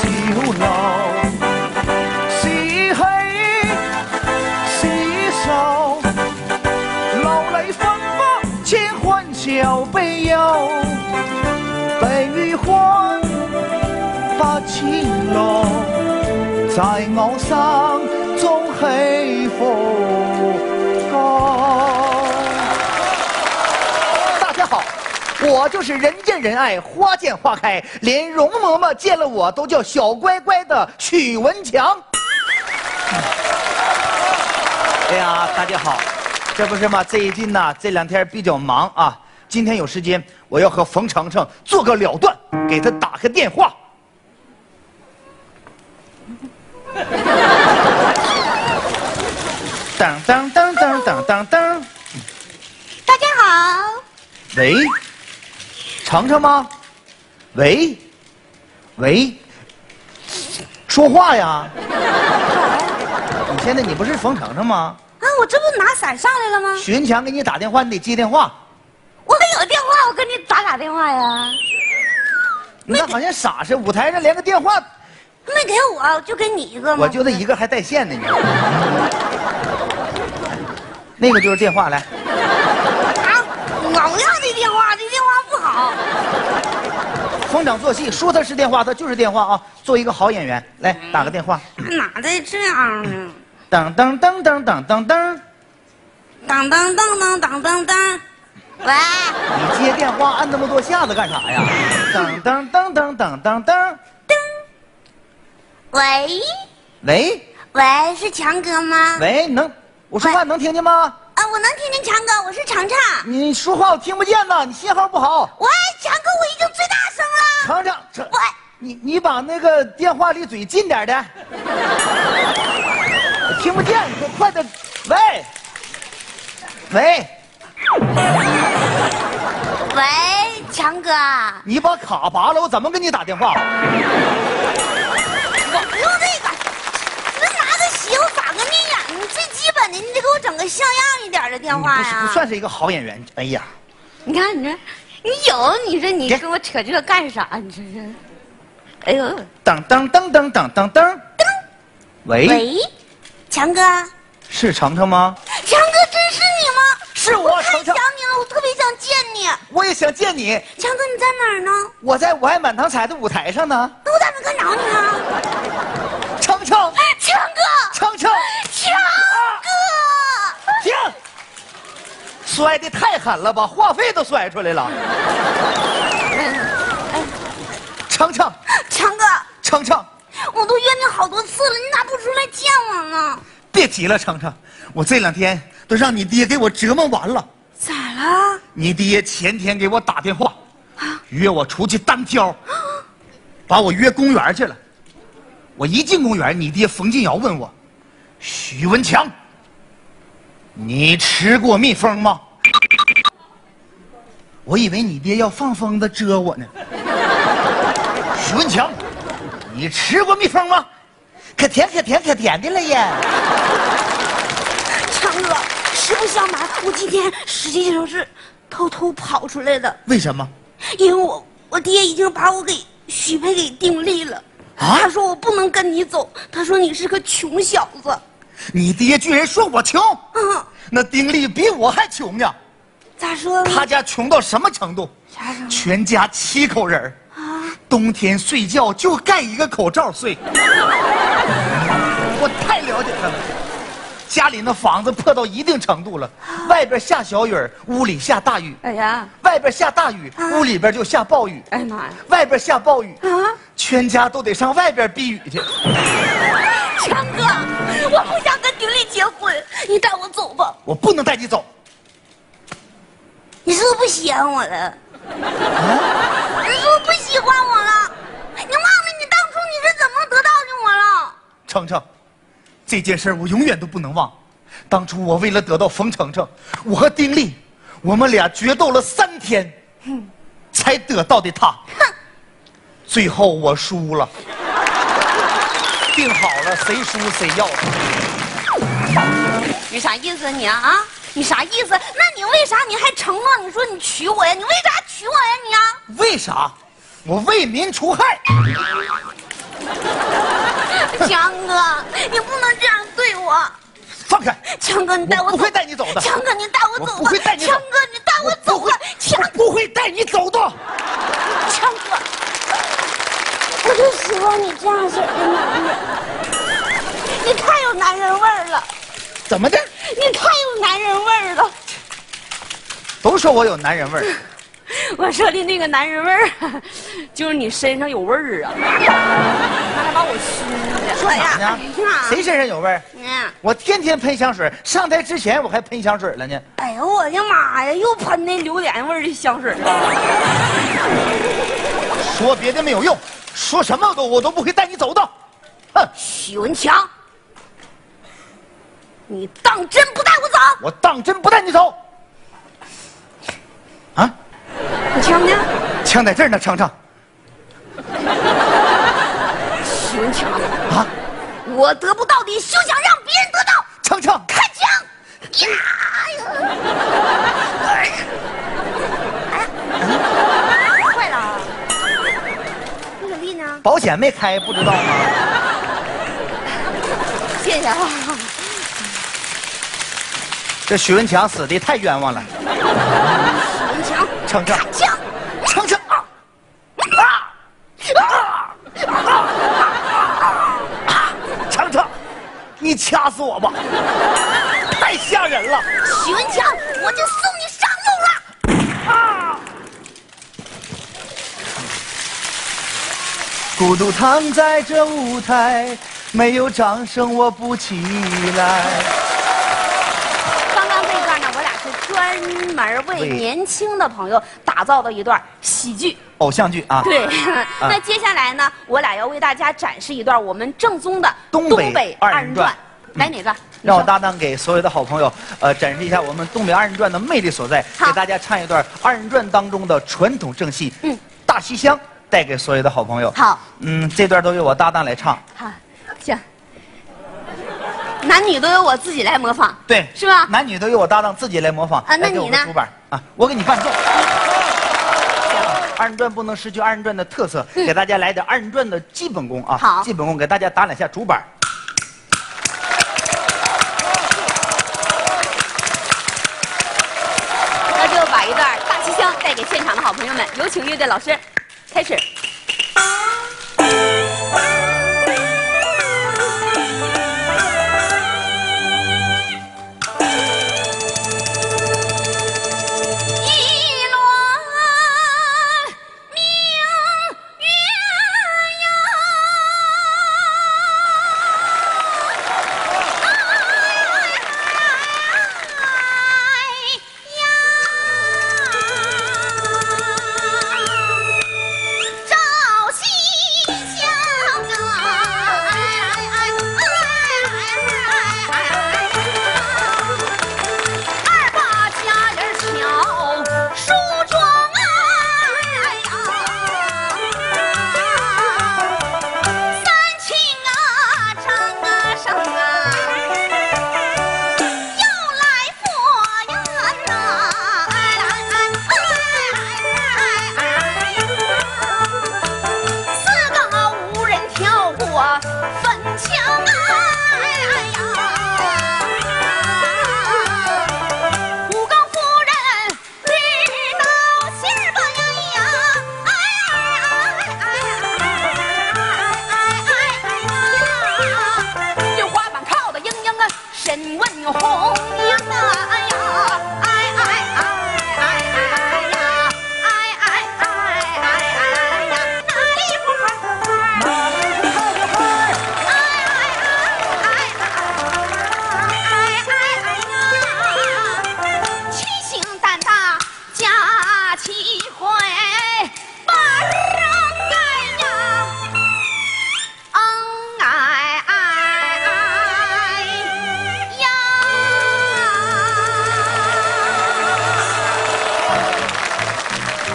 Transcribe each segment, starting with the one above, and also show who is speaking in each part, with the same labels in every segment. Speaker 1: 流，是喜是愁，流里分不清欢笑悲忧，悲欢不清乐，在我心中起伏高。
Speaker 2: 大家好，我就是人见人爱，花见花开，连容嬷嬷见了我都叫小乖乖的许文强。哎呀，大家好，这不是嘛？最近呐、这两天比较忙啊，今天有时间，我要和冯程程做个了断，给他打个电话。 当当当当当当当，
Speaker 3: 大家好，
Speaker 2: 喂，程程吗？喂，喂，说话呀！你现在你不是冯程程吗？
Speaker 3: 啊，我这不拿伞上来了吗？
Speaker 2: 许文强给你打电话，你得接电话。
Speaker 3: 我有电话，我跟你打打电话呀。
Speaker 2: 你咋好像傻似的？舞台上连个电话，
Speaker 3: 没给我，就给你一个嘛。
Speaker 2: 我就这一个还带线呢，你。那个就是电话来，
Speaker 3: 啊，老要这电话，这电话不好。
Speaker 2: 逢场作戏，说他是电话，他就是电话啊。做一个好演员，来打个电话，
Speaker 3: 哪的这样啊呢？
Speaker 2: 噔噔噔噔噔噔噔，
Speaker 3: 当当当当当当当，喂，
Speaker 2: 你接电话按那么多下子干啥呀？噔噔噔噔噔噔噔，
Speaker 3: 喂，
Speaker 2: 喂
Speaker 3: 喂，是强哥吗？
Speaker 2: 喂，能我说话能听见吗？
Speaker 3: 啊，我能听见强哥，我是长长。
Speaker 2: 你说话我听不见呐，你信号不好。
Speaker 3: 喂，强哥，我已经最大声了。
Speaker 2: 程程，程，
Speaker 3: 喂，
Speaker 2: 你你把那个电话离嘴近点儿的，我听不见，你快点，喂，喂，
Speaker 3: 喂，强哥，
Speaker 2: 你把卡拔了，我怎么给你打电话？
Speaker 3: 我不用这个，那拿着鞋我咋跟你演？你最基本的，你得给我整个像样一点的电话
Speaker 2: 不是
Speaker 3: 呀。
Speaker 2: 不算是一个好演员，哎呀，
Speaker 3: 你看你这，你有你这你
Speaker 2: 给
Speaker 3: 跟我扯这干啥？你这是，哎呦，
Speaker 2: 噔噔噔噔噔噔噔，喂，
Speaker 3: 喂，强哥，
Speaker 2: 是程程吗？
Speaker 3: 强哥真是你吗？
Speaker 2: 是我
Speaker 3: 太
Speaker 2: 程程
Speaker 3: 想，你了，我特别想见你。
Speaker 2: 我也想见你，
Speaker 3: 强哥你在哪儿呢？
Speaker 2: 我在我爱满堂彩的舞台上呢，
Speaker 3: 那我在那干找你呢？
Speaker 2: 程程，
Speaker 3: 强哥，
Speaker 2: 程程。
Speaker 3: 强哥，
Speaker 2: 停！摔的太狠了吧，话费都摔出来 了。程程，
Speaker 3: 强哥，
Speaker 2: 程程，
Speaker 3: 我都约你好多次了，你咋不出来见我呢？
Speaker 2: 别提了，程程，我这两天都让你爹给我折磨完了。
Speaker 3: 咋了？
Speaker 2: 你爹前天给我打电话，约我出去单挑，把我约公园去了。我一进公园，你爹冯进尧问我：“许文强，你吃过蜜蜂吗？”我以为你爹要放风的蛰我呢。许文强，你吃过蜜蜂吗？可甜可甜可甜的了耶！
Speaker 3: 强哥，实不相瞒，我今天实际上是偷偷跑出来的。
Speaker 2: 为什么？
Speaker 3: 因为我我爹已经把我给许配给定立了。
Speaker 2: 啊
Speaker 3: 他说我不能跟你走，他说你是个穷小子。
Speaker 2: 你爹居然说我穷，
Speaker 3: 嗯，
Speaker 2: 那丁力比我还穷呢。
Speaker 3: 咋说呢？
Speaker 2: 他家穷到什么程度？
Speaker 3: 啥时候
Speaker 2: 全家七口人儿
Speaker 3: 啊
Speaker 2: 冬天睡觉就盖一个口罩睡。我太了解他了。家里那房子破到一定程度了，
Speaker 3: 啊
Speaker 2: 外边下小雨儿，屋里下大雨；
Speaker 3: 哎呀，
Speaker 2: 外边下大雨，
Speaker 3: 啊
Speaker 2: 屋里边就下暴雨；
Speaker 3: 哎呀妈呀！
Speaker 2: 外边下暴雨，
Speaker 3: 啊，
Speaker 2: 全家都得上外边避雨去。
Speaker 3: 强哥，我不想跟丁力结婚，你带我走吧。
Speaker 2: 我不能带你走，
Speaker 3: 你是不是不喜欢我
Speaker 2: 啊
Speaker 3: 了？你是不是不喜欢我了？你忘了你当初你是怎么得到的我了？
Speaker 2: 程程，这件事儿我永远都不能忘。当初我为了得到冯程程，我和丁力，我们俩决斗了三天，才得到的他。最后我输了，定好了谁输谁要。
Speaker 3: 你啥意思你啊啊？你啥意思？那你为啥你还承诺你说你娶我呀？你为啥娶我呀你啊？
Speaker 2: 为啥？我为民除害。
Speaker 4: 强哥，你不能这样对我。
Speaker 2: 放开！
Speaker 4: 强哥，你带我
Speaker 2: 我
Speaker 4: 走
Speaker 2: 不会带你走的
Speaker 4: 强哥，你带我走吧。
Speaker 2: 我不会带你走
Speaker 4: 强哥，你带我走吧。强
Speaker 2: 我不会带你走的。
Speaker 4: 强哥，我就喜欢你这样式的男人，你太有男人味儿了，
Speaker 2: 怎么的？
Speaker 4: 你太有男人味儿了。
Speaker 2: 都说我有男人味儿，
Speaker 3: 我说的那个男人味
Speaker 4: 啊
Speaker 3: 儿，就是你身上有味儿啊！他还把我熏的。
Speaker 4: 哎呀，
Speaker 2: 呢
Speaker 4: 哎呀，
Speaker 2: 谁身上有味儿？
Speaker 4: 嗯
Speaker 2: 我天天喷香水，上台之前我还喷香水了呢。
Speaker 4: 哎呦我的妈呀，又
Speaker 3: 又喷那榴莲味儿的香水了。
Speaker 2: 说别的没有用，说什么都我都不会带你走的。哼，
Speaker 4: 许文强，你当真不带我走？
Speaker 2: 我当真不带你走。啊，
Speaker 3: 你强不强？
Speaker 2: 枪在这儿呢，程程
Speaker 4: 许文强，
Speaker 2: 啊，
Speaker 4: 我得不到的休想让别人得到，
Speaker 2: 程程，
Speaker 4: 开枪！呀哎呀！哎呀坏了啊！那小丽呢？
Speaker 2: 保险没开，不知道吗？
Speaker 4: 谢谢啊！
Speaker 2: 这许文强死的太冤枉了。
Speaker 4: 许文强，
Speaker 2: 程程，
Speaker 4: 开枪！
Speaker 2: 程程，啊
Speaker 4: 啊啊！
Speaker 2: 程程，啊你掐死我吧，太吓人了。
Speaker 4: 许文强，我就送你上路了。
Speaker 2: 孤独躺在这舞台，没有掌声我不起来。
Speaker 3: 刚刚这一段呢，我俩是专门为
Speaker 2: 为
Speaker 3: 年轻的朋友打造的一段喜剧。
Speaker 2: 偶像剧啊，
Speaker 3: 对， 那接下来呢，我俩要为大家展示一段我们正宗的
Speaker 2: 东北二人转。嗯
Speaker 3: 来哪段？你
Speaker 2: 让我
Speaker 3: 说
Speaker 2: 搭档给所有的好朋友，呃，展示一下我们东北二人转的魅力所在，
Speaker 3: 好
Speaker 2: 给大家唱一段二人转当中的传统正戏，嗯，大西厢带给所有的好朋友。
Speaker 3: 好，
Speaker 2: 嗯，这段都由我搭档来唱。
Speaker 3: 好，行。男女都由我自己来模仿。
Speaker 2: 对，
Speaker 3: 是吧
Speaker 2: 男女都由我搭档自己来模仿。
Speaker 3: 啊那
Speaker 2: 来给我
Speaker 3: 你
Speaker 2: 个
Speaker 3: 呢
Speaker 2: 主板啊，我给你伴奏。二人转不能失去二人转的特色，给大家来点二人转的基本功啊。
Speaker 3: 嗯好
Speaker 2: 基本功给大家打两下主板。
Speaker 3: 那就把一段大西厢带给现场的好朋友们。有请乐队老师，开始。
Speaker 4: 一轮明月呀，哎呀，照西厢啊！二八佳人巧梳妆哎呀，三清啊，唱啊声啊，又来佛缘呐，哎哎哎哎四个无人跳过粉墙哎呀，五更夫人绿到心儿吧呀哎哎哎哎哎哎呀！
Speaker 3: 这花板靠的英英啊，身问红。啊哎
Speaker 4: 七回八扔哎呀！恩爱爱呀！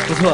Speaker 2: 不错。